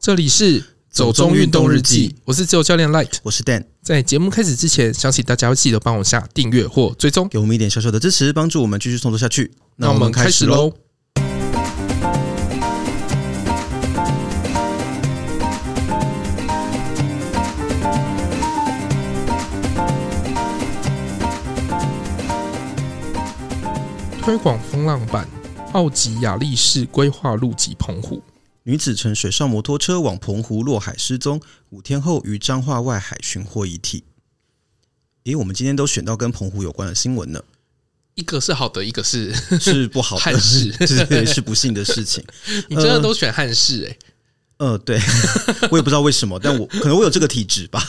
这里是走中运动日记，我是自由教练 Light。我是 Dan，在节目开始之前，想请大家要记得帮我下订阅或追踪。给我们一点小小的支持，帮助我们继续创作下去。那我们开始咯。喽。推广风浪板，奥吉亚力士规划入籍澎湖。女子乘水上摩托车往澎湖落海失踪，五天后于彰化外海寻获遗体。诶，我们今天都选到跟澎湖有关的新 闻呢，一个是好的，一个是是不好憾的事 是是不幸的事情。你真的都选汉室哎、呃，对，我也不知道为什么，但我可能我有这个体质 吧，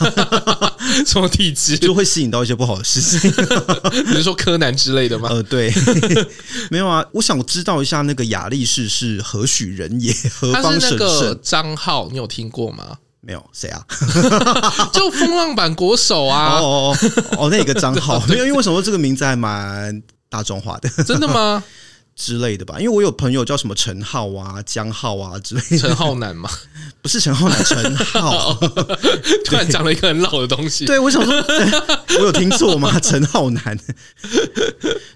什么体质？就会吸引到一些不好的事情。比如说柯南之类的 吗？呃，对， 没有啊，我想知道一下那个雅力士是何许人也，何他呃方是那神个圣？张浩，你有听过吗？没有谁啊？就风浪板国手啊， 哦哦哦哦，那个账号没有，因为为什么这个名字还蛮大众化的真的吗？之类的吧？因为我有朋友叫什么陈浩啊、江浩啊之类的，陈浩南 嘛，不是陈浩南，陈浩。突然讲了一个很老的东西。对，我想说，哎我有听错吗？陈浩南。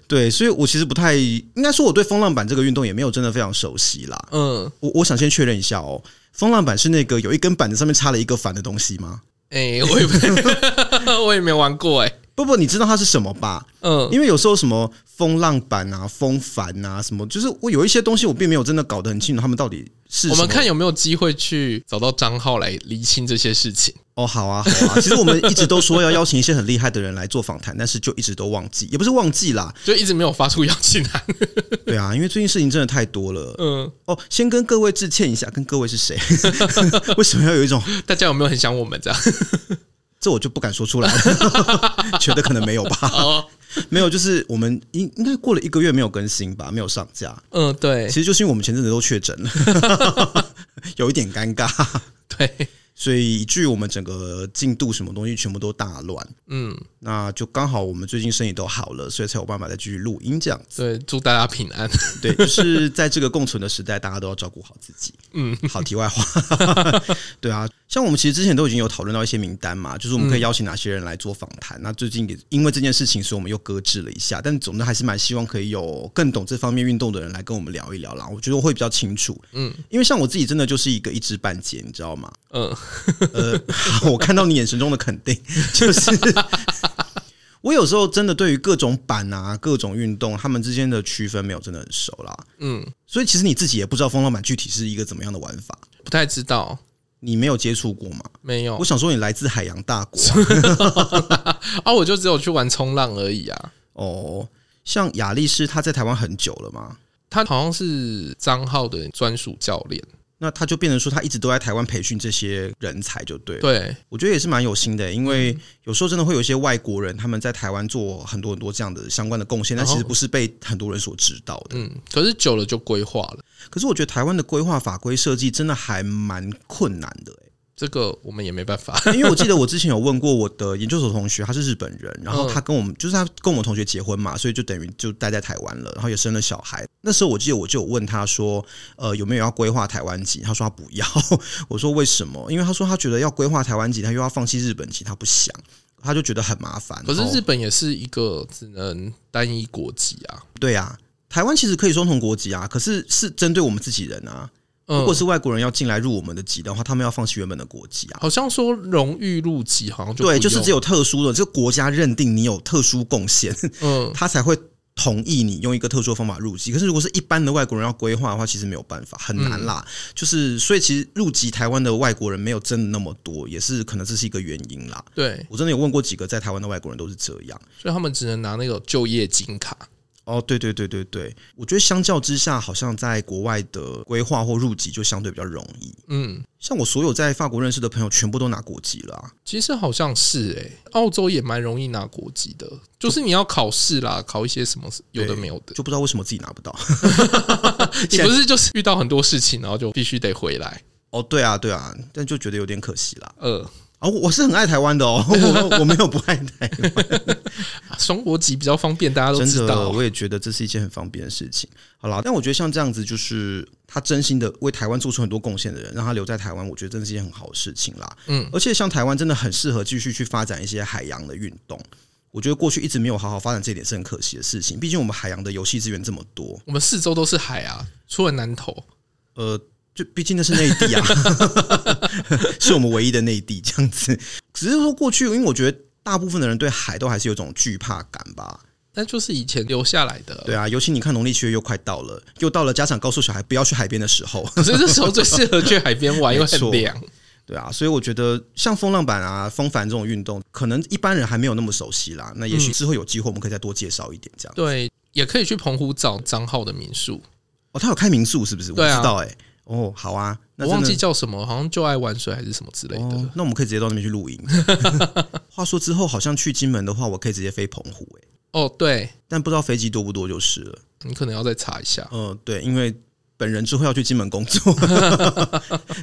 对，所以我其实不太，应该说我对风浪板这个运动也没有真的非常熟悉啦。嗯，我我想先确认一下哦，风浪板是那个有一根板子上面插了一个反的东西吗？哎、我也不 我也没玩过哎、不不，你知道它是什么吧？嗯，因为有时候什么风浪板啊、风帆啊，什么，就是我有一些东西我并没有真的搞得很清楚，他们到底是我什们么看有没有机会去找到张浩来厘清这些事情。哦，好啊，好啊。其实我们一直都说要邀请一些很厉害的人来做访谈，但是就一直都忘记，也不是忘记 啦，就一直没有发出邀请函。对啊，因为最近事情真的太多了。嗯，哦，先跟各位致歉一下，跟各位是谁？ 为什么要有一种 大家有没有很想我 们这样？这我就不敢说出来了， 觉得可能没有吧？哦，没有，就是我们应应该过了一个月没有更新吧，没有上架。嗯，对其实就是因为我们前阵子都确诊了， 有一点尴尬。对，所以以至于我们整个进度什么东西全部都大乱。嗯，那就刚好我们最近生意都好了，所以才有办法再继续录音这样子。对，祝大家平安。对，就是在这个共存的时代，大家都要照顾好自己。嗯，好，题外话，对啊，像我们其实之前都已经有讨论到一些名单嘛，就是我们可以邀请哪些人来做访谈。那最近也因为这件事情，所以我们又搁置了一下。但总之还是蛮希望可以有更懂这方面运动的人来跟我们聊一聊啦。我觉得我会比较清楚，嗯嗯，因为像我自己真的就是一个一知半解，你知道吗？嗯，呃， 好我看到你眼神中的肯定，就是 我有时候真的对于各种板啊、各种运动，他们之间的区分没有真的很熟啦。嗯，所以其实你自己也不知道风浪板具体是一个怎么样的玩法，不太知道，你没有接触过嘛？没有我。想说你来自海洋大国 啊，我就只有去玩冲浪而已啊。哦。像亚力士，他在台湾很久了嘛，他好像是张浩的专属教练，那他就变成说他一直都在台湾培训这些人才，就对了。对，我觉得也是蛮有心的，因为有时候真的会有一些外国人他们在台湾做很多很多这样的相关的贡献，但其实不是被很多人所知道的。嗯，可是久了就规划了，可是我觉得台湾的规划法规设计真的还蛮困难的、欸这个我们也没办法。 因为我记得我之前有问过我的研究所同学，他是日本人，然后嗯他跟我们就是他跟我们同学结婚嘛，所以就等于就待在台湾了，然后也生了小孩。那时候我记得我就有问他说，呃，有没有要规划台湾籍？他说他不要。 我说为什么？因为他说他觉得要规划台湾籍，他又要放弃日本籍，他不想，他就觉得很麻烦。哦可是然后日本也是一个只能单一国籍啊，对啊，台湾其实可以双重国籍啊，可是是针对我们自己人啊。如嗯果，是外国人要进来入我们的籍的话，他们要放弃原本的国籍啊。好像说荣誉入籍好像就对，就是只有有特殊的，这个国家认定你有特殊贡献，嗯， 他才会同意你用一个特殊的方法入籍。可是如果是一般的外国人要规划的话，其实没有办法，很难啦。嗯就是所以其实入籍台湾的外国人没有真的那么多，也是可能这是一个原因啦。对，我真的有问过几个在台湾的外国人都是这样。所以他们只能拿那个就业金卡。哦，对对对对对，我觉得相较之下，好像在国外的规划或入籍就相对比较容易。嗯，像我所有在法国认识的朋友，全部都拿国籍了啊。其实好像是诶、澳洲也蛮容易拿国籍的，就是你要考试啦，考一些什么有的没有的。就不知道为什么自己拿不到。你不是就是遇到很多事情，然后就必须得回来。哦，对啊，对啊，但就觉得有点可惜啦。呃，啊、我我是很爱台湾 的哦，我我没有不爱台湾，双国籍比较方便，大家都知真的，道。我也觉得这是一件很方便的事情。好啦，但我觉得像这样子，就是他真心的为台湾做出很多贡献的人，让他留在台湾，我觉得真的是一件很好的事情啦。嗯，而且像台湾真的很适合继续去发展一些海洋的运动。我觉得过去一直没有好好发展这一点是很可惜的事情，毕竟我们海洋的游戏资源这么多，我们四周都是海啊，除了南投，呃，就毕竟那是内地 啊， 是我们唯一的内地这样子。只是说过去，因为我觉得大部分的人对海都还是有种惧怕感吧。但就是以前留下来的。对啊，尤其你看农历七月又快到了，又到了家长告诉小孩不要去海边的时候。 所以这时候最适合去海边玩，因为没错很凉。对啊，所以我觉得像风浪板啊、风帆这种运动，可能一般人还没有那么熟悉啦。那也嗯许之后有机会，我们可以再多介绍一点这样。对，也可以去澎湖找张浩的民宿，哦，他有开民宿是不是？我不对啊知道哎、哦，好啊，那我真的忘记叫什么，好像就爱玩水还是什么之类的。哦，那我们可以直接到那边去露 营。话说之后，好像去金门的话，我可以直接飞澎湖哎、哦，对，但不知道飞机多不多就是了。你可能要再查一下。呃，对，因为本人之后要去金门工作，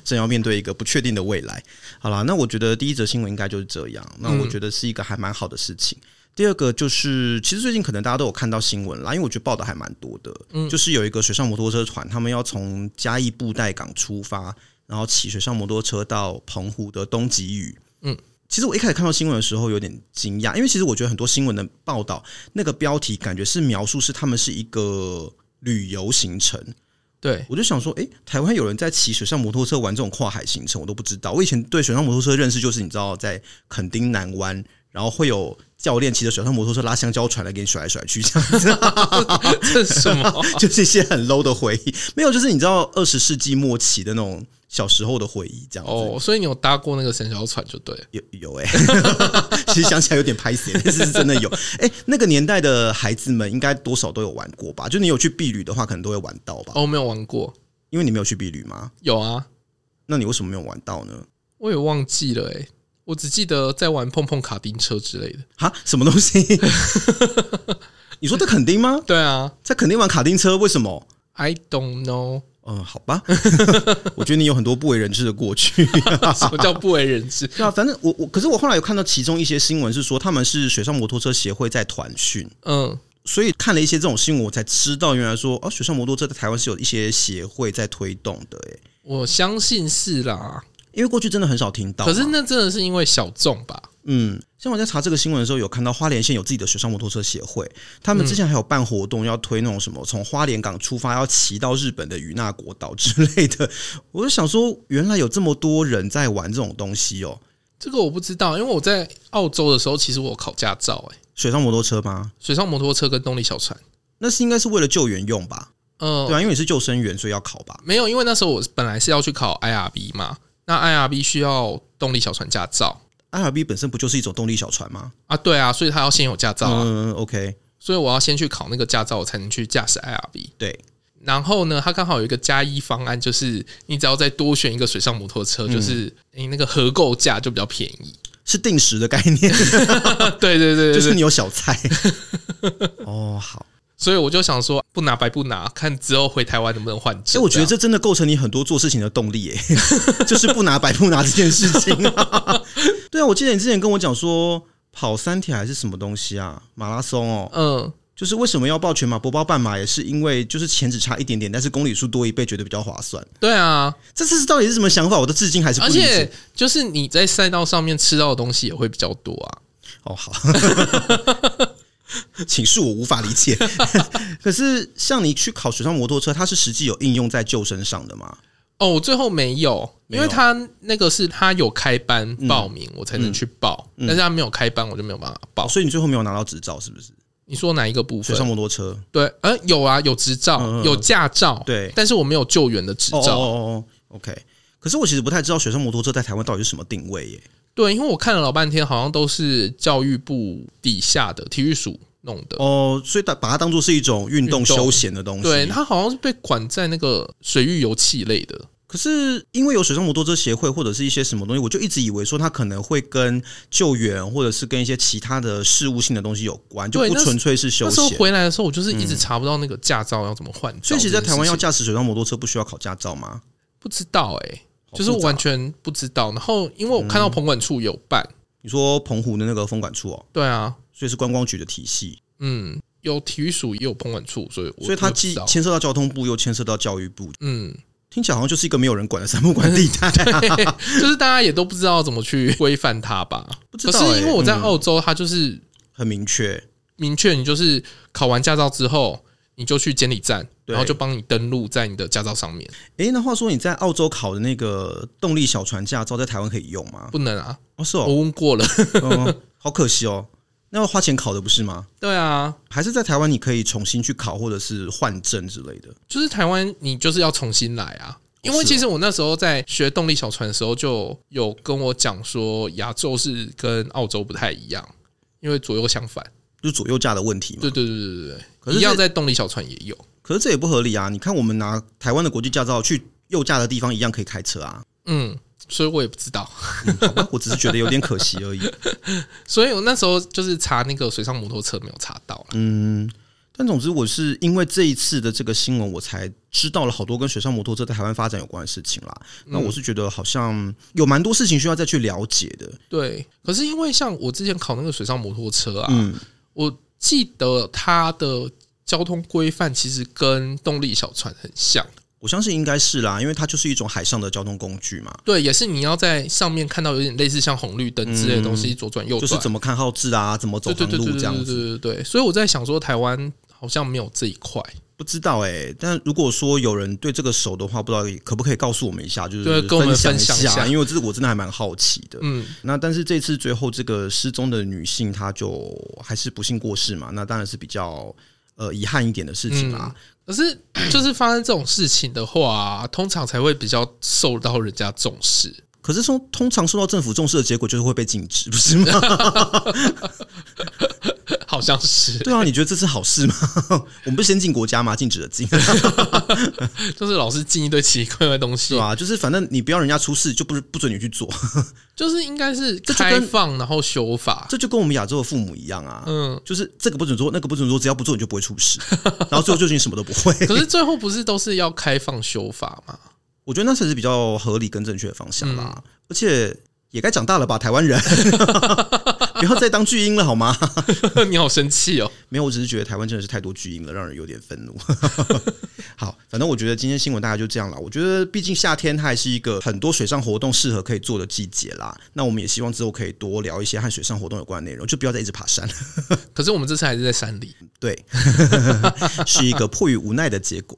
正要面对一个不确定的未来。好啦，那我觉得第一则新闻应该就是这样。那我觉得是一个还蛮好的事情。第二个就是，其实最近可能大家都有看到新闻啦，因为我觉得报道还蛮多的。就是有一个水上摩托车团，他们要从嘉义布袋港出发，然后骑水上摩托车到澎湖的东极屿。嗯，其实我一开始看到新闻的时候有点惊讶，因为其实我觉得很多新闻的报道那个标题感觉是描述是他们是一个旅游行程，对， 我就想说，诶，台湾有人在骑水上摩托车玩这种跨海行程，我都不知道。我以前对水上摩托车认识就是，你知道，在垦丁南湾，然后会有教练骑着水上摩托车拉香蕉船来给你甩来甩去，这 样子，这是什么？就是一些很 low 的回忆。没有，就是你知道二十世纪末期的那种小时候的回忆，这样子。哦，所以你有搭过那个神小船就对了。有有哎、 其实想起来有点拍死，但是是真的有。哎、那个年代的孩子们应该多少都有玩过吧？就你有去避旅的话，可能都会玩到吧？哦，我没有玩过，因为你没有去避旅吗？有啊，那你为什么没有玩到呢？我也忘记了哎、我只记得在玩碰碰卡丁车之类的。哈，什么东 西？你说在垦丁吗？对啊在垦丁玩卡丁车，为什么？ ，I don't know 嗯，好吧， 我觉得你有很多不为人知的 过去。什么叫不为人知。对啊，反正我我，可是我后来有看到其中一些新闻是说，他们是水上摩托车协会在团训，嗯，所以看了一些这种新闻，我才知道原来说哦，水上摩托车在台湾是有一些协会在推动的，哎，我相信是啦，因为过去真的很少听到啊嘛。可是那真的是因为小众吧？嗯，像我在查这个新闻的时候，有看到花莲县有自己的水上摩托车协会，他们之前还有办活动，要推那种什么从花莲港出发，要骑到日本的与那国岛之类的。我就想说，原来有这么多人在玩这种东西哦，这个我不知道，因为我在澳洲的时候，其实我有考驾照、欸，水上摩托车吗？水上摩托车跟动力小船。那是应该是为了救援用吧？嗯、对啊，因为你是救生员，所以要考吧？没有，因为那时候我本来是要去考 IRB 嘛，那 IRB 需要动力小船驾照 IRB 本身不就是一种动力小船吗？啊，对啊，所以他要先有驾照啊，嗯，OK，所以我要先去考那个驾照，我才能去驾驶 IRB。对，然后呢，它刚好有一个加一方案，就是你只要再多选一个水上摩托车，就是嗯你那个合购价就比较便宜。是定时的概念，啊 对对对就对是对，你有小菜。哦，好。所以我就想说，不拿白不拿，看之后回台湾能不能换所证。以哎我觉得这样这真的构成你很多做事情的动力耶， 就是不拿白不拿这件事情、啊。 对啊，我记得你之前跟我讲说跑三铁还是什么东西啊，马拉松哦，嗯，就是为什么要报全马不报半马，也是因为就是钱只差一点点，但是公里数多一倍，觉得比较划算。对啊，这次是到底是什么想法？我都至今还是不而理解且。就是你在赛道上面吃到的东西也会比较多啊。哦，好， 请恕我无法理解。 可是像你去考水上摩托车，它是实际有应用在救生上的吗？哦，我最后没有，没因有为他那个是他有开班报名，我才能去报，但是他没有开班，我就没有办法报哦，。所以你最后没有拿到执照，是不是？你说哪一个部水分？上摩托车。对，呃，有啊，有执照，嗯嗯嗯有驾照，对但是我没有救援的执哦照，哦哦哦，OK。可是我其实不太知道水上摩托车在台湾到底是什么定位耶。对，因为我看了老半天，好像都是教育部底下的体育署弄的，哦，所以把把它当做是一种运动运动休闲的东西。对，它好像是被管在那个水域油气类的，可是因为有水上摩托车协会或者是一些什么东西，我就一直以为说它可能会跟救援或者是跟一些其他的事务性的东西有关，就对不那是纯粹是休那时候闲。回来的时候，我就是一直嗯查不到那个驾照要怎么换照这件事情，所以其实，在台湾要驾驶水上摩托车不需要考驾照吗？不知道哎、好就是我复杂嗯完全不知道。然后因为我看到棚管处有办，你说澎湖的那个风管处哦，对啊，所以是观光局的体系，嗯，有体育署也有棚管处，所以我所以它我不既知道牵涉到交通部，又牵涉到教育部，嗯，听起来好像就是一个没有人管的三不管地带、就是大家也都不知道怎么去规范它吧。不知可道是欸因为我在嗯澳洲，它就是很明确。明确，你就是考完驾照之后，你就去监理站，对然后就帮你登录在你的驾照上面。诶，那话说你在澳洲考的那个动力小船驾照，在台湾可以用吗？不能啊，哦，是我哦，问过了。 嗯， 好可惜哦。那要花钱考的不是吗？对啊，还是在台湾你可以重新去考，或者是换证之类的？就是台湾，你就是要重新来啊。因为是哦其实我那时候在学动力小船的时候，就有跟我讲说，亚洲是跟澳洲不太一样，因为左右相反。就左右架的问题嘛。对对对对对哦可对，是一样这在动力小船也有。可是这也不合理啊！你看我们拿台湾的国际驾照去右驾的地方，一样可以开车啊。嗯，所以我也不知道。 嗯好吧，我 只是觉得有点可惜而已。所以我那时候就是查那个水上摩托车没有查到啦。嗯，但总之我是因为这一次的这个新闻，我才知道了好多跟水上摩托车在台湾发展有关的事情啦。那我是觉得好像有蛮多事情需要再去了解的。对，可是因为像我之前考那个水上摩托车啊，嗯，我记得它的交通规范其实跟动力小船很像。我相信应该是啦，因为它就是一种海上的交通工具嘛，对，也是你要在上面看到有点类似像红绿灯之类的东西，左转右就是转，怎么看号志啊，怎么走对对对航对路对这样对子。对对对。所以我在想说，台湾好像没有这一块，不知道哎、但如果说有人对这个熟的话，不知道可不可以告诉我们一下，就是对跟我们享分享一下因为我这我真的还蛮好奇的。嗯，那但是这次最后这个失踪的女性，她就还是不幸过世嘛，那当然是比较呃遗憾一点的事情啦。可是就是发生这种事情的话，通常才会比较受到人家重视。可是说，通常受到政府重视的结果就是会被禁止，不是吗？ 好像是，对啊，你觉得这是好事吗？ 我们不是先进国家吗？禁止了禁，就是老是进一堆奇奇怪怪的东西，对啊，就是反正你不要人家出事，就不是不准你去做， 就是应该是就跟开放然后修法，这就跟我们亚洲的父母一样啊。嗯。就是这个不准做，那个不准做，只要不做你就不会出事， 然后最后就你什么都不会。 可是最后不是都是要开放修法吗？我觉得那才是比较合理跟正确的方向啦。而且也该长大了吧，台湾人， 不要再当巨婴了好吗？你好生气哦！没有，我只是觉得台湾真的是太多巨婴了，让人有点愤怒。 好，反正我觉得今天新闻大概就这样了。我觉得毕竟夏天它还是一个很多水上活动适合可以做的季节啦。那我们也希望之后可以多聊一些和水上活动有关的内容，就不要再一直爬山。可是我们这次还是在山里。对， 是一个迫于无奈的结果。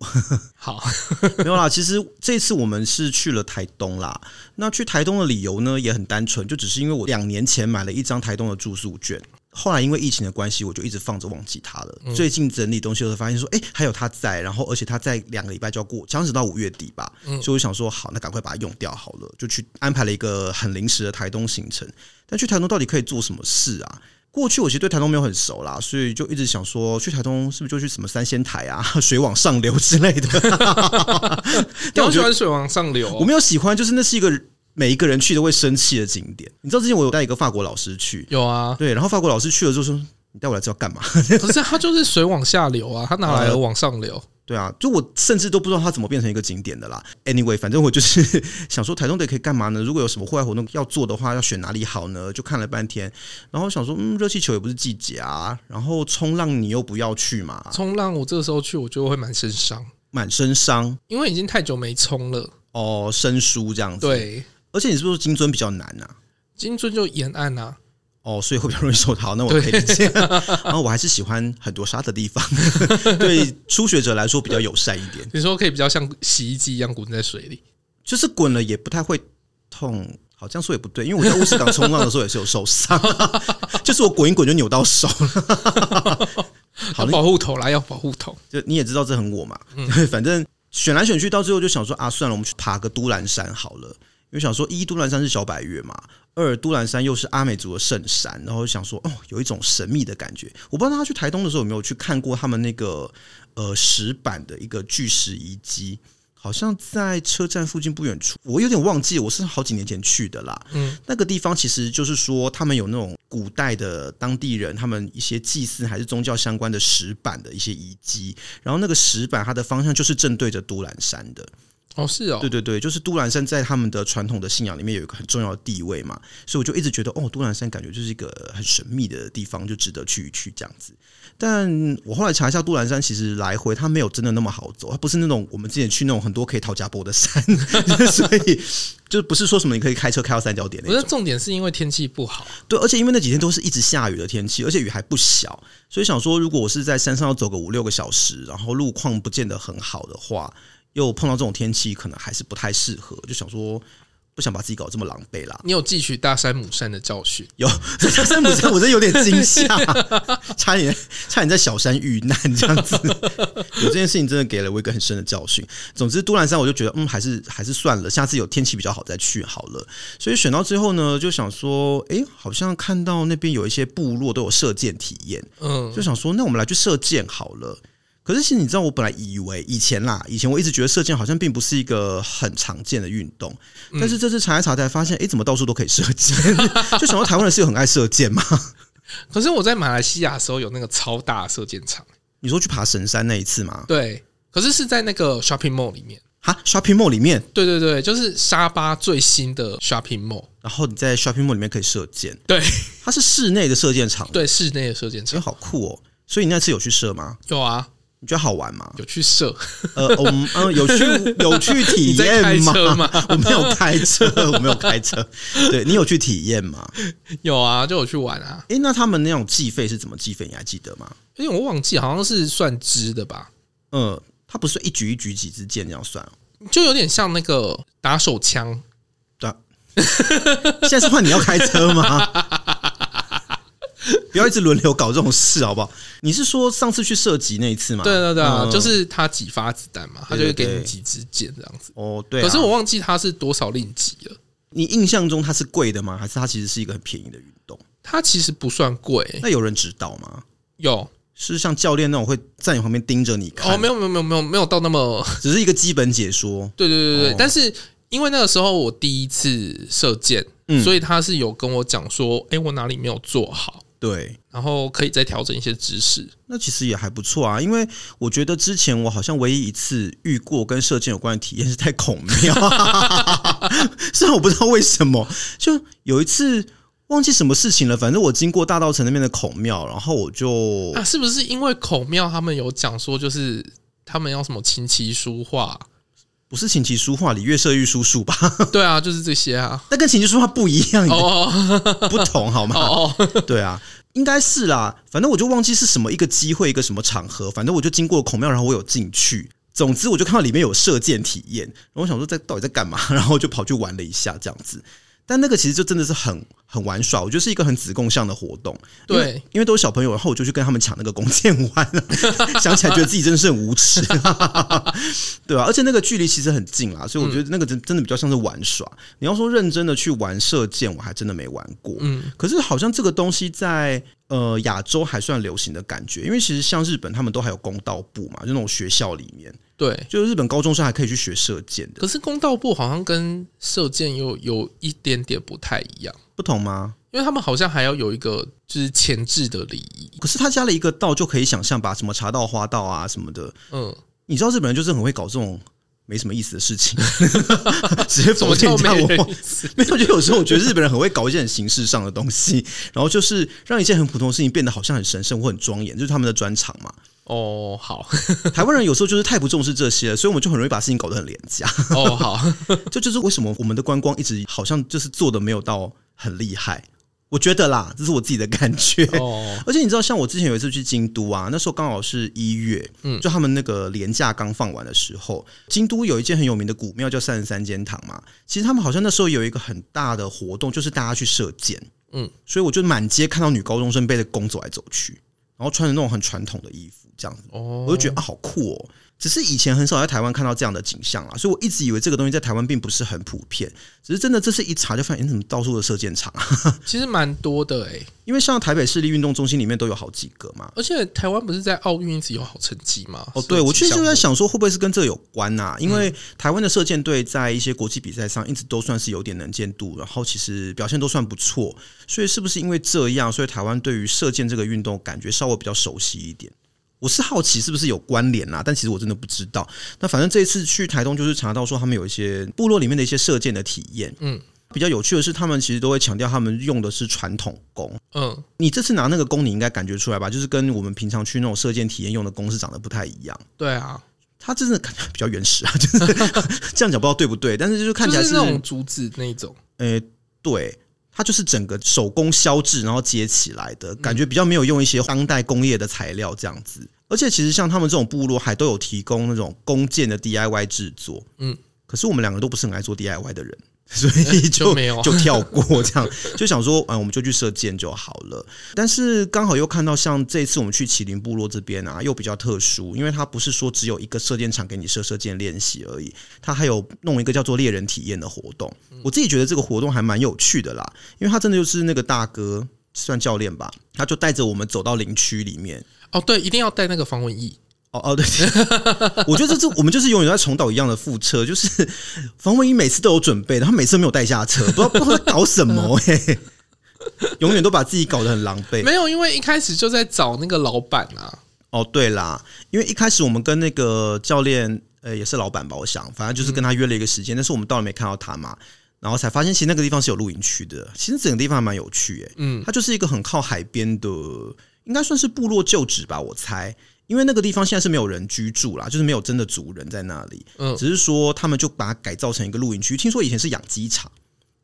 好， 没有啦，其实这次我们是去了台东啦。那去台东的理由呢也很单纯，就只是因为我两年前买了一张台东的住宿券，后来因为疫情的关系，我就一直放着忘记它了。最近整理东西的时候发现说，哎、还有它在，然后而且它在两个礼拜就要过，将近到五月底吧，所以我想说好，那赶快把它用掉好了，就去安排了一个很临时的台东行程。但去台东到底可以做什么事啊？过去我其实对台东没有很熟啦，所以就一直想说去台东是不是就去什么三仙台啊、 水往上流之类的。你但好我喜觉得欢水往上流、我哦。没有喜欢，就是那是一个每一个人去都会生气的景点。你知道之前我有带一个法国老师去，有啊，对，然后法国老师去了之后说：“你带我来这要干嘛 可是它就是水往下流啊，它哪来的呃往上流？？”对啊，就我甚至都不知道它怎么变成一个景点的啦。Anyway，反正我就是 想说台东得可以干嘛呢？如果有什么户外活动要做的话，要选哪里好呢？就看了半天，然后想说，嗯，热气球也不是季节啊，然后冲浪你又不要去嘛，冲浪我这个时候去，我就会蛮身伤，满身伤因为已经太久没冲了。哦，生疏这样子。，对，而且你是不是说金樽比较难啊？金樽就沿岸啊，哦，所以会比较容易受到，那我可以理解。 然后我还是喜欢很多沙的地方， 对初学者来说比较友善一点。你说可以比较像洗衣机一样滚在水里。就是滚了也不太会痛，好像说也不对，因为我在乌石港冲浪的时候也是有受伤， 就是我滚一滚就扭到手了。好要那保护头啦，要保护头。就你也知道这很我嘛，对， 反正选来选去到最后就想说啊，算了，我们去爬个都兰山好了。因为想说，一都兰山是小百岳嘛，二都兰山又是阿美族的圣山，然后想说，哦，有一种神秘的感觉。我不知道他去台东的时候有没有去看过他们那个呃石板的一个巨石遗迹，好像在车站附近不远处，我有点忘记，我是好几年前去的啦。嗯，那个地方其实就是说，他们有那种古代的当地人，他们一些祭祀还是宗教相关的石板的一些遗迹，然后那个石板它的方向就是正对着都兰山的。哦，是哦对，对对，就是都兰山在他们的传统的信仰里面有一个很重要的地位嘛，所以我就一直觉得，哦，都兰山感觉就是一个很神秘的地方，就值得去一去这样子。但我后来查一下，都兰山其实来回它没有真的那么好走，它不是那种我们之前去那种很多可以讨价波的山， 所以就不是说什么你可以开车开到三角点我那觉得种。重点是因为天气不好，对，而且因为那几天都是一直下雨的天气，而且雨还不小，所以想说，如果我是在山上要走个五六个小时，然后路况不见得很好的话，又碰到这种天气，可能还是不太适合。就想说，不想把自己搞得这么狼狈啦。你有汲取大山母山的教训，有山不山，我真有点惊吓，差点差点在小山遇难这样子。有这件事情真的给了我一个很深的教训。总之，都兰山我就觉得，嗯，还是还是算了，下次有天气比较好再去好了。所以选到最后呢，就想说，诶，好像看到那边有一些部落都有射箭体验，嗯，就想说，那我们来去射箭好了。可是，其实你知道，我本来以为以前啦，以前我一直觉得射箭好像并不是一个很常见的运动，嗯但是这次查一查才发现，诶，怎么到处都可以射 箭？就想到台湾人是有很爱射箭嘛？可是我在马来西亚的时候有那个超大的射箭场，你说去爬神山那一次吗？对，可是是在那个 shopping mall 里面，哈，shopping mall 里面，对对对，就是沙巴最新的 shopping mall，然后你在 shopping mall 里面可以射箭，对 它是室内的射箭场，对，室内的射箭场真好酷哦。所以你那次有去射吗？有啊，你觉得好玩吗？有去射， 呃，我们嗯，有去有去体你在开验吗？车吗 我没有开车，我没有开车。对你有去体验吗？有啊，就有去玩啊，诶，那他们那种计费是怎么计费？你还记得吗？因为我忘记好像是算支的吧，嗯，他不是一局一局几支箭这样算哦。就有点像那个打手枪，对啊， 现在是换你要开车吗？ 不要一直轮流搞这种事，好不好？你是说上次去射击那一次吗？对对对啊，嗯就是他几发子弹嘛，他就对会对给对你几支箭这样子。哦，对啊、可是我忘记他是多少令吉了，你印象中它是贵的吗？还是它其实是一个很便宜的运动？他其实不算贵、欸那有人指导吗？有是像教练那种会在你旁边盯着你看？哦，没有没有没有没有没有到那么，。只是一个基本解说对对对对，哦但是因为那个时候我第一次射箭，嗯所以他是有跟我讲说，哎、我哪里没有做好，对，然后可以再调整一些姿势。那其实也还不错啊，因为我觉得之前我好像唯一一次遇过跟射箭有关的体验是在孔庙， 虽然我不知道为什么，就有一次忘记什么事情了，反正我经过大道城那边的孔庙，然后我就啊，是不是因为孔庙他们有讲说，就是他们要什么琴棋书 画？不是琴棋书画里越射越舒术吧？ 对啊，就是这些啊。那跟琴棋书画不一样，哦哦不同好吗？哦哦，对啊，应该是啦。反正我就忘记是什么一个机会，一个什么场合，反正我就经过孔庙，然后我有进去。总之，我就看到里面有射箭体验，然后我想说在到底在干嘛， 然后就跑去玩了一下这样子。但那个其实就真的是很很玩耍，我觉得是一个很子共向的活动。因 为对，因为都是小朋友，然后我就去跟他们抢那个弓箭玩， 想起来觉得自己真的是很无耻， 对啊吧、而且那个距离其实很近啦，所以我觉得那个真真的比较像是玩耍。你要说认真的去玩射箭，我还真的没玩过。嗯，可是好像这个东西在呃亚洲还算流行的感觉，因为其实像日本他们都还有公道部嘛，就那种学校里面，对。就日本高中生还可以去学射箭的，可是公道部好像跟射箭又有一点点不太一样，不同吗？因为他们好像还要有一个就是前置的礼仪。可是他加了一个道，就可以想象把什么茶道、花道啊什么的，嗯，你知道日本人就是很会搞这种没什么意思的事情，直接怎否么定叫人家没文化人意思？没有，就有时候我觉得日本人很会搞一些很形式上的东西，然后就是让一件很普通的事情变得好像很神圣或很庄严，就是他们的专长嘛。哦，好， 台湾人有时候就是太不重视这些了，所以我们就很容易把事情搞得很廉价。哦，好，这就是为什么我们的观光一直好像就是做的没有到很厉害，我觉得啦，这是我自己的感觉。哦， 而且你知道，像我之前有一次去京都啊，那时候刚好是一月，嗯，就他们那个廉价刚放完的时候，京都有一间很有名的古庙叫三十三间堂嘛。其实他们好像那时候有一个很大的活动，就是大家去射箭，嗯嗯，所以我就满街看到女高中生背着弓走来走去，然后穿着那种很传统的衣服这样子， 哦，我就觉得啊，好酷哦。只是以前很少在台湾看到这样的景象啦，所以我一直以为这个东西在台湾并不是很普遍。只是真的，这次一查就发现，诶怎么到处的射箭场啊？其实蛮多的诶、因为像台北市立运动中心里面都有好几个嘛，而且台湾不是在奥运一直有好成绩吗？哦，对，我确射实击项目就嗯在想说，会不会是跟这有关呐、因为台湾的射箭队在一些国际比赛上一直都算是有点能见度，然后其实表现都算不错，所以是不是因为这样，所以台湾对于射箭这个运动感觉稍微比较熟悉一点？我是好奇是不是有关联啦，但其实我真的不知道。那反正这一次去台东，就是查到说他们有一些部落里面的一些射箭的体验。嗯，比较有趣的是，他们其实都会强调他们用的是传统弓。嗯，你这次拿那个弓，你应该感觉出来吧？就是跟我们平常去那种射箭体验用的弓是长得不太一样。对啊，它真的感觉比较原始啊， 就是这样讲不知道对不对，但是就是看起来就是是那种竹子那种，呃，对，它就是整个手工削制然后接起来嗯的感觉，比较没有用一些当代工业的材料这样子。而且其实像他们这种部落，还都有提供那种弓箭的 DIY 制作。嗯，可是我们两个都不是很爱做 DIY 的人，所以 就就没有就跳过这样， 就想说，嗯，我们就去射箭就好了。但是刚好又看到，像这次我们去麒麟部落这边啊，又比较特殊，因为它不是说只有一个射箭场给你射射箭练习而已，它还有弄一个叫做猎人体验的活动。嗯我自己觉得这个活动还蛮有趣的啦，因为他真的就是那个大哥。算教练吧，他就带着我们走到林区里面。哦，对，一定要带那个防蚊液，哦哦，对， 我觉得这这我们就是永远在重蹈一样的覆辙，就是防卫医每次都有准备的，他每次都没有带下车，不知道不知道在搞什么哎、欸永远都把自己搞得很狼狈。没有，因为一开始就在找那个老板啊，哦，对啦，因为一开始我们跟那个教练，呃，也是老板吧，我想，反正就是跟他约了一个时间，但是我们到了没看到他嘛，然后才发现其实那个地方是有露营区的，其实整个地方还蛮有趣诶、嗯它就是一个很靠海边的，应该算是部落旧址吧，我猜。因为那个地方现在是没有人居住啦，就是没有真的族人在那里，嗯只是说他们就把它改造成一个露营区。听说以前是养鸡场，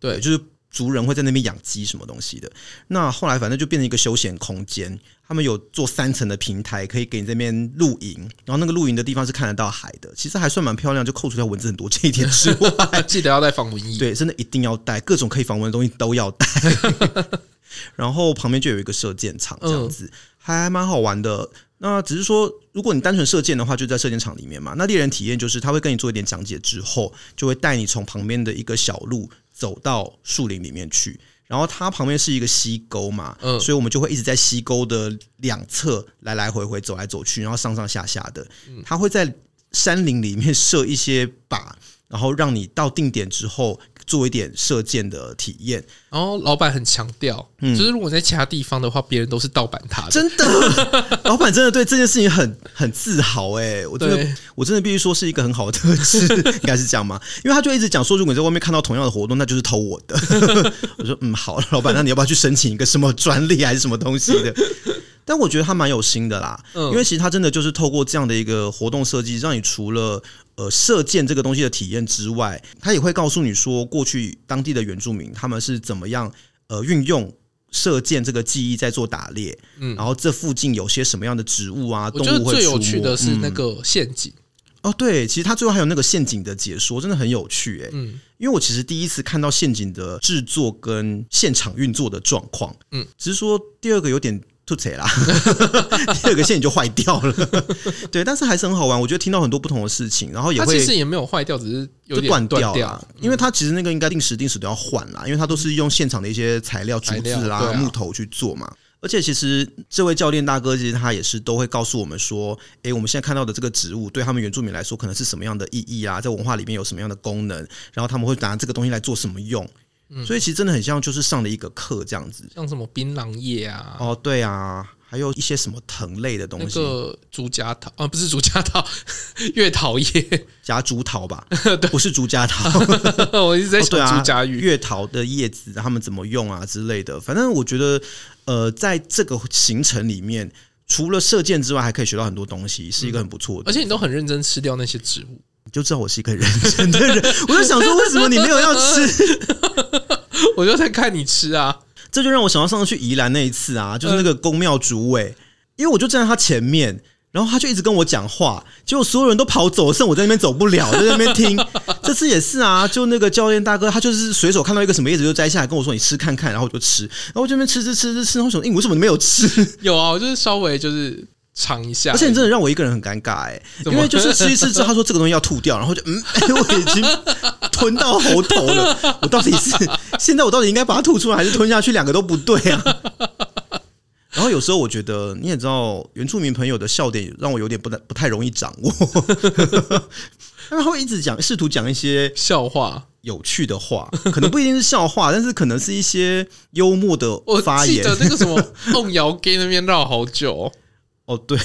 对就是族人会在那边养鸡什么东西的。那后来反正就变成一个休闲空间，他们有做三层的平台，可以给你这边露营，然后那个露营的地方是看得到海的，其实还算蛮漂亮，就扣除掉蚊子很多这一点之 外，记得要带防蚊液。对，真的一定要带，各种可以防蚊的东西都要带。然后旁边就有一个射箭场，这样子、还蛮好玩的。那只是说，如果你单纯射箭的话，就在射箭场里面嘛。那猎人体验就是他会跟你做一点讲解之后，就会带你从旁边的一个小路走到树林里面去。然后它旁边是一个溪沟嘛，嗯所以我们就会一直在溪沟的两侧来来回回走来走去，然后上上下下的。它会在山林里面设一些靶，然后让你到定点之后做一点射箭的体验。然后老板很强调，嗯就是如果在其他地方的话，别人都是盗版他的。真的， 老板真的对这件事情很很自豪哎、我真的对我真的必须说是一个很好的特 质，应该是这样嘛？因为他就一直讲说，如果你在外面看到同样的活动，那就是偷我的。 我说嗯，好，老板，那你要不要去申请一个什么专利还是什么东西的？但我觉得他蛮有心的啦，嗯因为其实他真的就是透过这样的一个活动设计，让你除了呃射箭这个东西的体验之外，他也会告诉你说，过去当地的原住民他们是怎么样呃运用射箭这个技艺在做打猎，嗯然后这附近有些什么样的植物啊，我动觉得物会最有出趣没的是那嗯个陷阱，哦，对，其实他最后还有那个陷阱的解说，真的很有趣哎、嗯，因为我其实第一次看到陷阱的制作跟现场运作的状况，嗯嗯，只是说第二个有点吐槽啦， 第二个陷阱就坏掉了， 对，但是还是很好玩。我觉得听到很多不同的事情，然后也它会其实也没有坏掉，只是有就点断啊掉嗯啦，因为它其实那个应该定时定时都要换啦，因为它都是用现场的一些材料、竹材料子啦、对啊木头去做嘛。而且其实这位教练大哥，其实他也是都会告诉我们说，诶，我们现在看到的这个植物对他们原住民来说可能是什么样的意义啊，在文化里面有什么样的功能，然后他们会拿这个东西来做什么用。嗯所以其实真的很像就是上了一个课这样子。像什么槟榔叶啊，哦，对啊，还有一些什么藤类的那东西，个竹夹桃啊，不是竹夹桃， 月桃 叶，夹竹 桃吧，不是竹夹桃。我一直在哦对想啊，竹夹鱼。月桃的叶子他们怎么用啊之类的。反正我觉得，呃，在这个行程里面，除了射箭之外，还可以学到很多东西，是一个很不错的。而且你都很认真吃掉那些植物，你就知道我是一个很认真的人，我就想说，为什么你没有要吃？我就在看你吃啊。这就让我想到上次去宜兰那一次啊，就是那个宫庙主委，因为我就站在他前面。然后他就一直跟我讲话，结果所有人都跑走，剩我在那边走不了，在那边听。这次也是啊，就那个教练大哥，他就是随手看到一个什么叶子就摘下来跟我说：“你吃看看。”然后我就吃，然后我这边吃吃吃吃吃，然后我想，哎、你为什么你没有吃？有啊，我就是稍微就是尝一下，而且你真的让我一个人很尴尬哎、怎因么为就是吃一吃之后，他说这个东西要吐掉，然后就嗯， 我已经吞到喉头了，我到底是现在我到底应该把它吐出来还是吞下去？两个都不对啊。然后有时候我觉得你也知道，原住民朋友的笑点让我有点不太不太容易掌握， 他们会一直讲，试图讲一些笑话。有趣的话，可能不一定是笑话，但是可能是一些幽默的我发记言。 得那个什么凤瑶给那边绕好久哦、哦，对，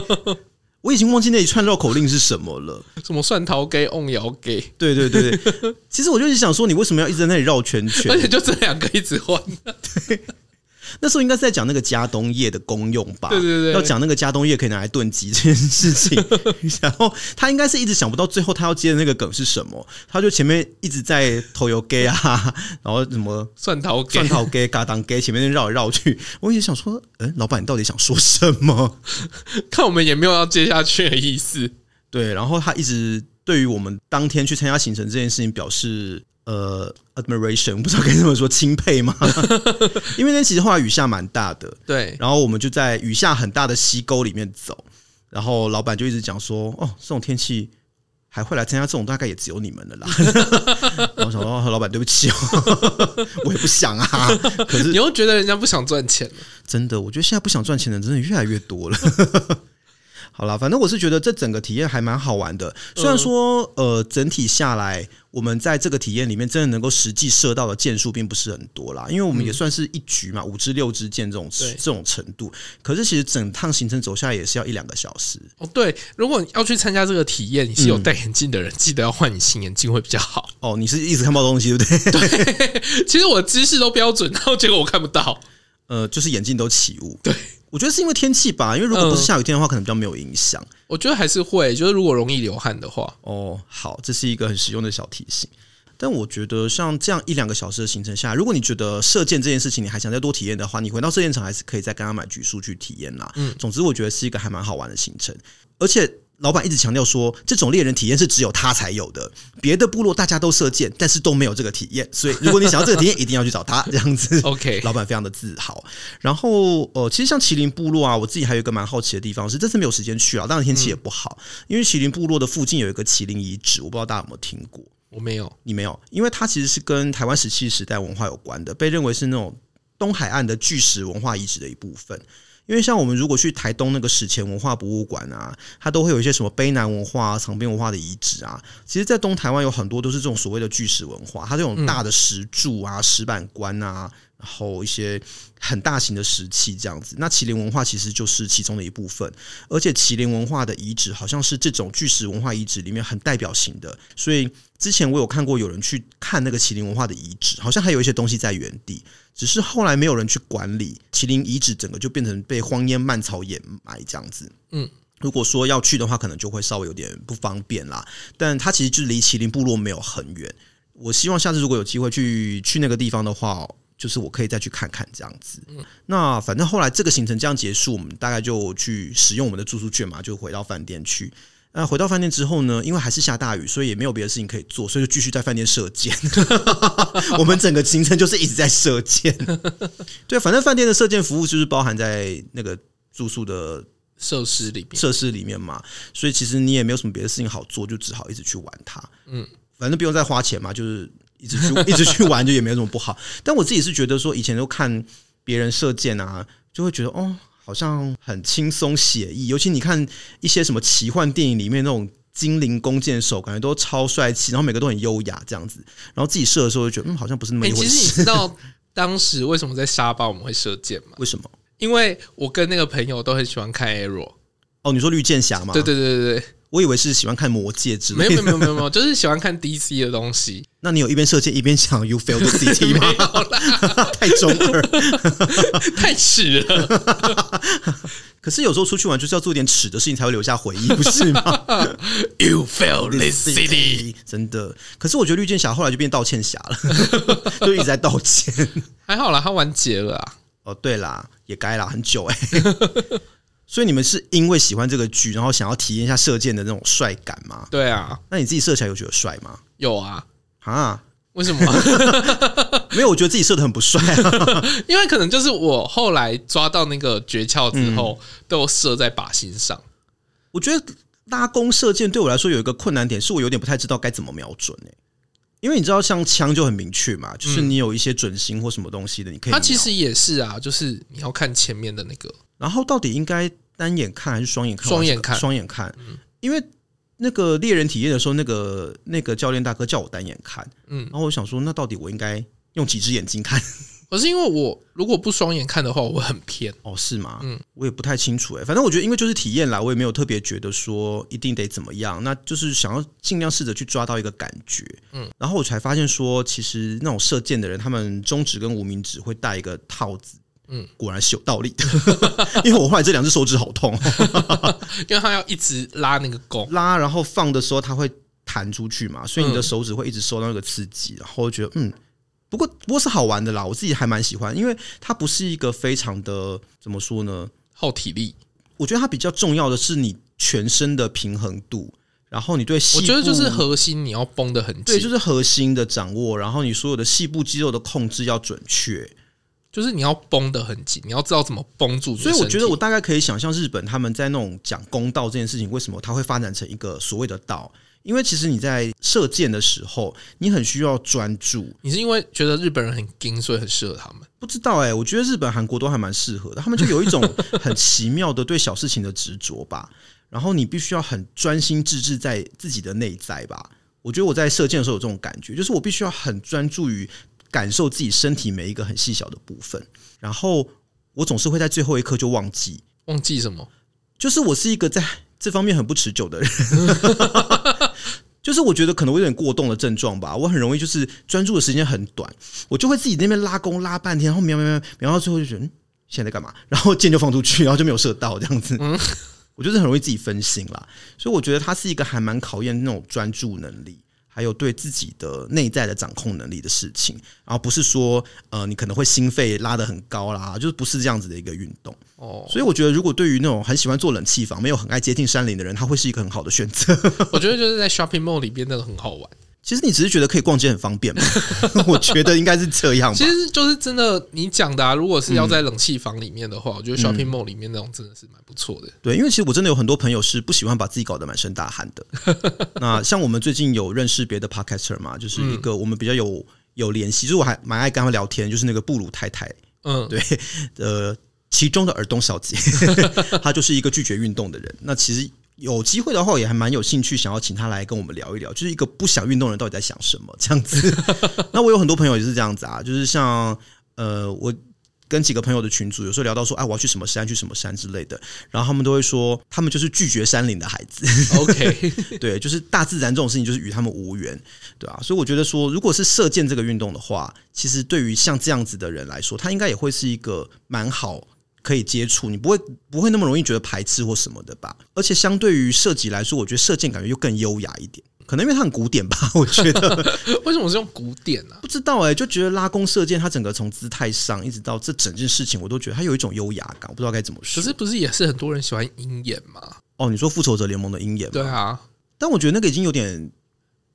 我已经忘记那一串绕口令是什么了。什么蒜头给、瓮窑给，对对对对， 其实我就是想说，你为什么要一直在那里绕圈圈而？且就这两个一直换。那时候应该是在讲那个加冬叶的功用吧？对对对啊要讲那个加冬叶可以拿来炖鸡这件 事情。然后他应该是一直想不到最后他要接的那个梗是什么，他就前面一直在头油 gay 啊， 然后什么蒜头给蒜，头 gay、嘎当 gay，前面绕来绕去。我也想说，嗯，老板你到底想说什么？看我们也没有要接下去的意思。对，然后他一直对于我们当天去参加行程这件事情表示呃 admiration，不知道该怎么说钦佩吗？ 因为那天其实后来雨下蛮大的，对，然后我们就在雨下很大的溪沟里面走，然后老板就一直讲说：“哦，这种天气还会来参加这种，大概也只有你们了啦。” 然后我想说：“哦，老 板，对不起哦，我也不想啊。” 可是你又觉得人家不想赚钱了真的，我觉得现在不想赚钱的人真的越来越多 了。好啦，反正我是觉得这整个体验还蛮好玩的。虽然说，嗯呃，整体下来，我们在这个体验里面真的能够实际射到的箭数并不是很多啦，因为我们也算是一局嘛，五支六支箭这种嗯对这种程度。可是其实整趟行程走下来也是要一两个小时。哦。对，如果你要去参加这个体验，你是嗯有戴眼镜的人，记得要换隐形眼镜会比较好。 哦，你是一直看不到东西，对不对？其实我姿势都标准，然后结果我看不到。呃，就是眼镜都起雾。对，我觉得是因为天气吧，因为如果不是嗯下雨天的话，可能比较没有影响。我觉得还是会，就是如果容易流汗的 话，哦，好，这是一个很实用的小提醒。但我觉得像这样一两个小时的行程下来，如果你觉得射箭这件事情你还想再多体验的话，你回到射箭场还是可以再跟他买局数去体验啦。嗯，总之我觉得是一个还蛮好玩的行程，而且老板一直强调说，这种猎人体验是只有他才有的，别的部落大家都射箭，但是都没有这个体验。所以如果你想要这个体验，一定要去找他这样子。 OK 老板非常的自豪。然后呃，其实像麒麟部落啊，我自己还有一个蛮好奇的地方是，这次没有时间去啊，当然天气也不好，因为麒麟部落的附近有一个麒麟遗址，我不知道大家有没有听过。我没有。你没有，因为它其实是跟台湾石器时代文化有关的，被认为是那种东海岸的巨石文化遗址的一部分。因为像我们如果去台东那个史前文化博物馆啊，它都会有一些什么卑南文化、啊、长滨文化的遗址啊。其实，在东台湾有很多都是这种所谓的巨石文化，它这种大的石柱啊、石板棺啊，然后一些很大型的石器这样子。那麒麟文化其实就是其中的一部分。而且麒麟文化的遗址好像是这种巨石文化遗址里面很代表性的，所以之前我有看过有人去看那个麒麟文化的遗址，好像还有一些东西在原地，只是后来没有人去管理麒麟遗址，整个就变成被荒烟蔓草掩埋这样子。嗯。如果说要去的话，可能就会稍微有点不方便啦。但它其实就离麒麟部落没有很远。我希望下次如果有机会去去那个地方的话，就是我可以再去看看这样子。那反正后来这个行程这样结束，我们大概就去使用我们的住宿券嘛，就回到饭店去。那回到饭店之后呢，因为还是下大雨，所以也没有别的事情可以做，所以就继续在饭店射箭。 我们整个行程就是一直在射箭。 对，反正饭店的射箭服务就是包含在那个住宿的设施里面，设施里面嘛，所以其实你也没有什么别的事情好做，就只好一直去玩它。嗯，反正不用再花钱嘛，就是一直去一直去玩，就也没有什么不好。但我自己是觉得说，以前都看别人射箭啊，就会觉得哦，好像很轻松写意。尤其你看一些什么奇幻电影里面那种。精灵弓箭手感觉都超帅气，然后每个都很优雅这样子，然后自己射的时候就觉得，嗯，好像不是那么哎、一回其实你事。知道当时为什么在沙巴我们会射箭吗？为什么？因为我跟那个朋友都很喜欢看 Arrow，哦，你说绿箭侠吗？对，对对对对，我以为是喜欢看魔戒之没类有的。没有没有没有没有，就是喜欢看 DC 的东西，那你有一边射箭一边想 “You failed the city” 吗？ 没有啦，太中二。太迟了。可是有时候出去玩就是要做点耻的事情，才会留下回 忆，不是吗 You fail this city， ？City 真的。可是我觉得绿箭侠后来就变道歉侠了， 就一直在道歉。 还好啦，他完结了啊。哦，对啦，也该啦，很久哎、 所以你们是因为喜欢这个剧，然后想要体验一下射箭的那种帅感吗？对啊，那你自己射起来有觉得帅吗？有啊。啊，为什么？没有，我觉得自己射的很不帅啊。 因为可能就是我后来抓到那个诀窍之后，都射在靶心上。我觉得拉弓射箭对我来说有一个困难点，是我有点不太知道该怎么瞄准哎、因为你知道，像枪就很明确嘛，就是你有一些准心或什么东西的，你可以嗯瞄。它其实也是啊，就是你要看前面的那个，然后到底应该单眼看还是双眼看？嗯双眼看双眼看，因为那个猎人体验的时候，那个那个教练大哥叫我单眼看，嗯嗯， 然后我想说，那到底我应该用几只眼睛看？可是因为我如果不双眼看的话，我会很偏。哦，是吗？嗯，我也不太清楚哎、反正我觉得，因为就是体验啦，我也没有特别觉得说一定得怎么样，那就是想要尽量试着去抓到一个感觉。嗯，然后我才发现说，其实那种射箭的人，他们中指跟无名指会戴一个套子。嗯，果然是有道理的， 因为我后来这两只手指好痛，因为他要一直拉那个弓，拉然后放的时候它会弹出去嘛，所以你嗯的手指会一直受到那个刺激，然后觉得嗯，不过不过是好玩的啦，我自己还蛮喜欢，因为它不是一个非常的怎么说呢，耗体力。我觉得它比较重要的是你全身的平衡度，然后你对细我部觉得就是核心你要绷得很紧，对，就是核心的掌握，然后你所有的细部肌肉的控制要准确。就是你要绷得很紧，你要知道怎么绷住你的所以我觉身得体我大概可以想象日本他们在那种讲公道这件事情，为什么它会发展成一个所谓的道。因为其实你在射箭的时候，你很需要专注。你是因为觉得日本人很精，所以很适合他们。不知道哎、我觉得日本、韩国都还蛮适合的，他们就有一种很奇妙的对小事情的执着吧。 然后你必须要很专心致志在自己的内在吧。我觉得我在射箭的时候有这种感觉，就是我必须要很专注于感受自己身体每一个很细小的部分。然后我总是会在最后一刻就忘记，忘记什么？就是我是一个在这方面很不持久的人。 就是我觉得可能我有点过动的症状吧，我很容易就是专注的时间很短，我就会自己那边拉弓拉半天，然后瞄瞄瞄瞄到最后就觉得嗯现在在干嘛，然后箭就放出去，然后就没有射到这样子。我就是很容易自己分心啦，所以我觉得它是一个还蛮考验那种专注能力，还有对自己的内在的掌控能力的事情，然后不是说呃你可能会心肺拉得很高啦，就是不是这样子的一个运动。哦，所以我觉得，如果对于那种很喜欢做冷气房、没有很爱接近山林的人，他会是一个很好的选择。 我觉得就是在 shopping mall 里边那个很好玩。其实你只是觉得可以逛街很方便嘛， 我觉得应该是这样吧其。实 就是真的你讲的啊，如果是要在冷气房里面的话，嗯我觉得 shopping mall 里面那种真的是蛮不错的。对，因为其实我真的有很多朋友是不喜欢把自己搞得满身大汗的。那像我们最近有认识别的 podcaster 嘛，就是一个我们比较有有联系，就是我还蛮爱跟他们聊天，就是那个布鲁太太，嗯，对，呃，其中的尔东小姐， 她就是一个拒绝运动的人。那其实有机会的话，我也还蛮有兴趣，想要请她来跟我们聊一聊，就是一个不想运动的人到底在想什么这样子。那我有很多朋友也是这样子啊，就是像呃，我跟几个朋友的群组，有时候聊到说，哎、我要去什么山，去什么山之类的，然后他们都会说，他们就是拒绝山林的孩子。 OK，对，就是大自然这种事情就是与他们无缘，对啊，所以我觉得说，如果是射箭这个运动的话，其实对于像这样子的人来说，他应该也会是一个蛮好。可以接触，你不会不会那么容易觉得排斥或什么的吧？而且相对于射击来说，我觉得射箭感觉又更优雅一点，可能因为它很古典吧。 我觉得为什么是用古典呢、啊？不知道哎、就觉得拉弓射箭，它整个从姿态上一直到这整件事情，我都觉得它有一种优雅感，我不知道该怎么可说。是不是也是很多人喜欢鹰眼嘛？哦，你说复仇者联盟的鹰眼吗对啊，但我觉得那个已经有点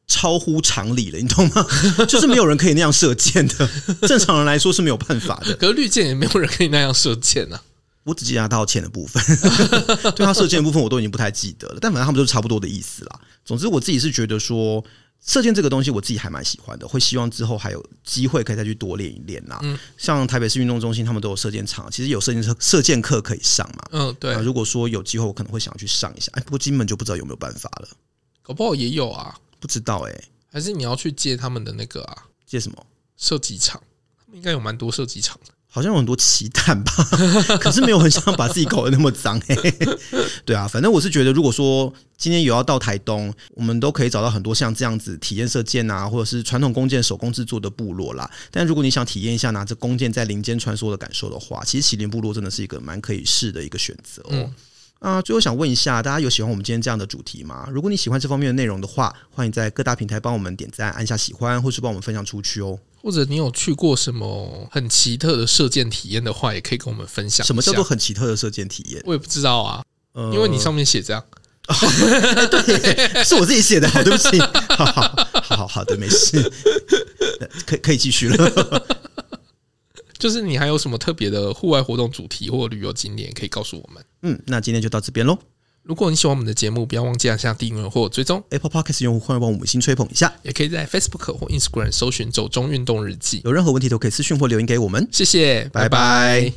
超乎常理了，你懂吗？ 就是没有人可以那样射箭的， 正常人来说是没有办法的。可是绿箭也没有人可以那样射箭啊。我只记得他道歉的部分， 对他射箭的部分我都已经不太记得了，但反正他们都是差不多的意思啦。总之，我自己是觉得说。射箭这个东西，我自己还蛮喜欢的，会希望之后还有机会可以再去多练一练啦。像台北市运动中心，他们都有射箭场，其实有射箭课、射箭课可以上嘛。嗯，对那，如果说有机会，我可能会想要去上一下。哎，不过金门就不知道有没有办法了，搞不好也有啊。不知道哎、还是你要去借他们的那个啊借什么？射击场，他们应该有蛮多射击场的。好像有很多期盼吧， 可是没有很想把自己搞得那么脏、欸。对啊，反正我是觉得，如果说今天有要到台东，我们都可以找到很多像这样子体验射箭啊，或者是传统弓箭手工制作的部落啦。但如果你想体验一下拿着弓箭在林间穿梭的感受的话，其实麒麟部落真的是一个蛮可以试的一个选择哦。嗯啊，最后想问一下，大家有喜欢我们今天这样的主题吗？如果你喜欢这方面的内容的话，欢迎在各大平台帮我们点赞、按下喜欢，或是帮我们分享出去哦。或者你有去过什么很奇特的射箭体验的话，也可以跟我们分享一下。什么叫做很奇特的射箭体验？我也不知道啊，呃因为你上面写这样。 是我自己写的，好，对不起， 好好好好好的，没事， 可以可以继续了。 就是你还有什么特别的户外活动主题或旅游景点，也可以告诉我们。嗯，那今天就到这边喽。如果你喜欢我们的节目，不要忘记按下订阅或追踪， Apple Podcast 用户欢迎帮我们五星吹捧一下，也可以在 Facebook 或 Instagram 搜寻“走中运动日记有任何问题都可以私讯或留言给我们”。。谢谢，拜拜拜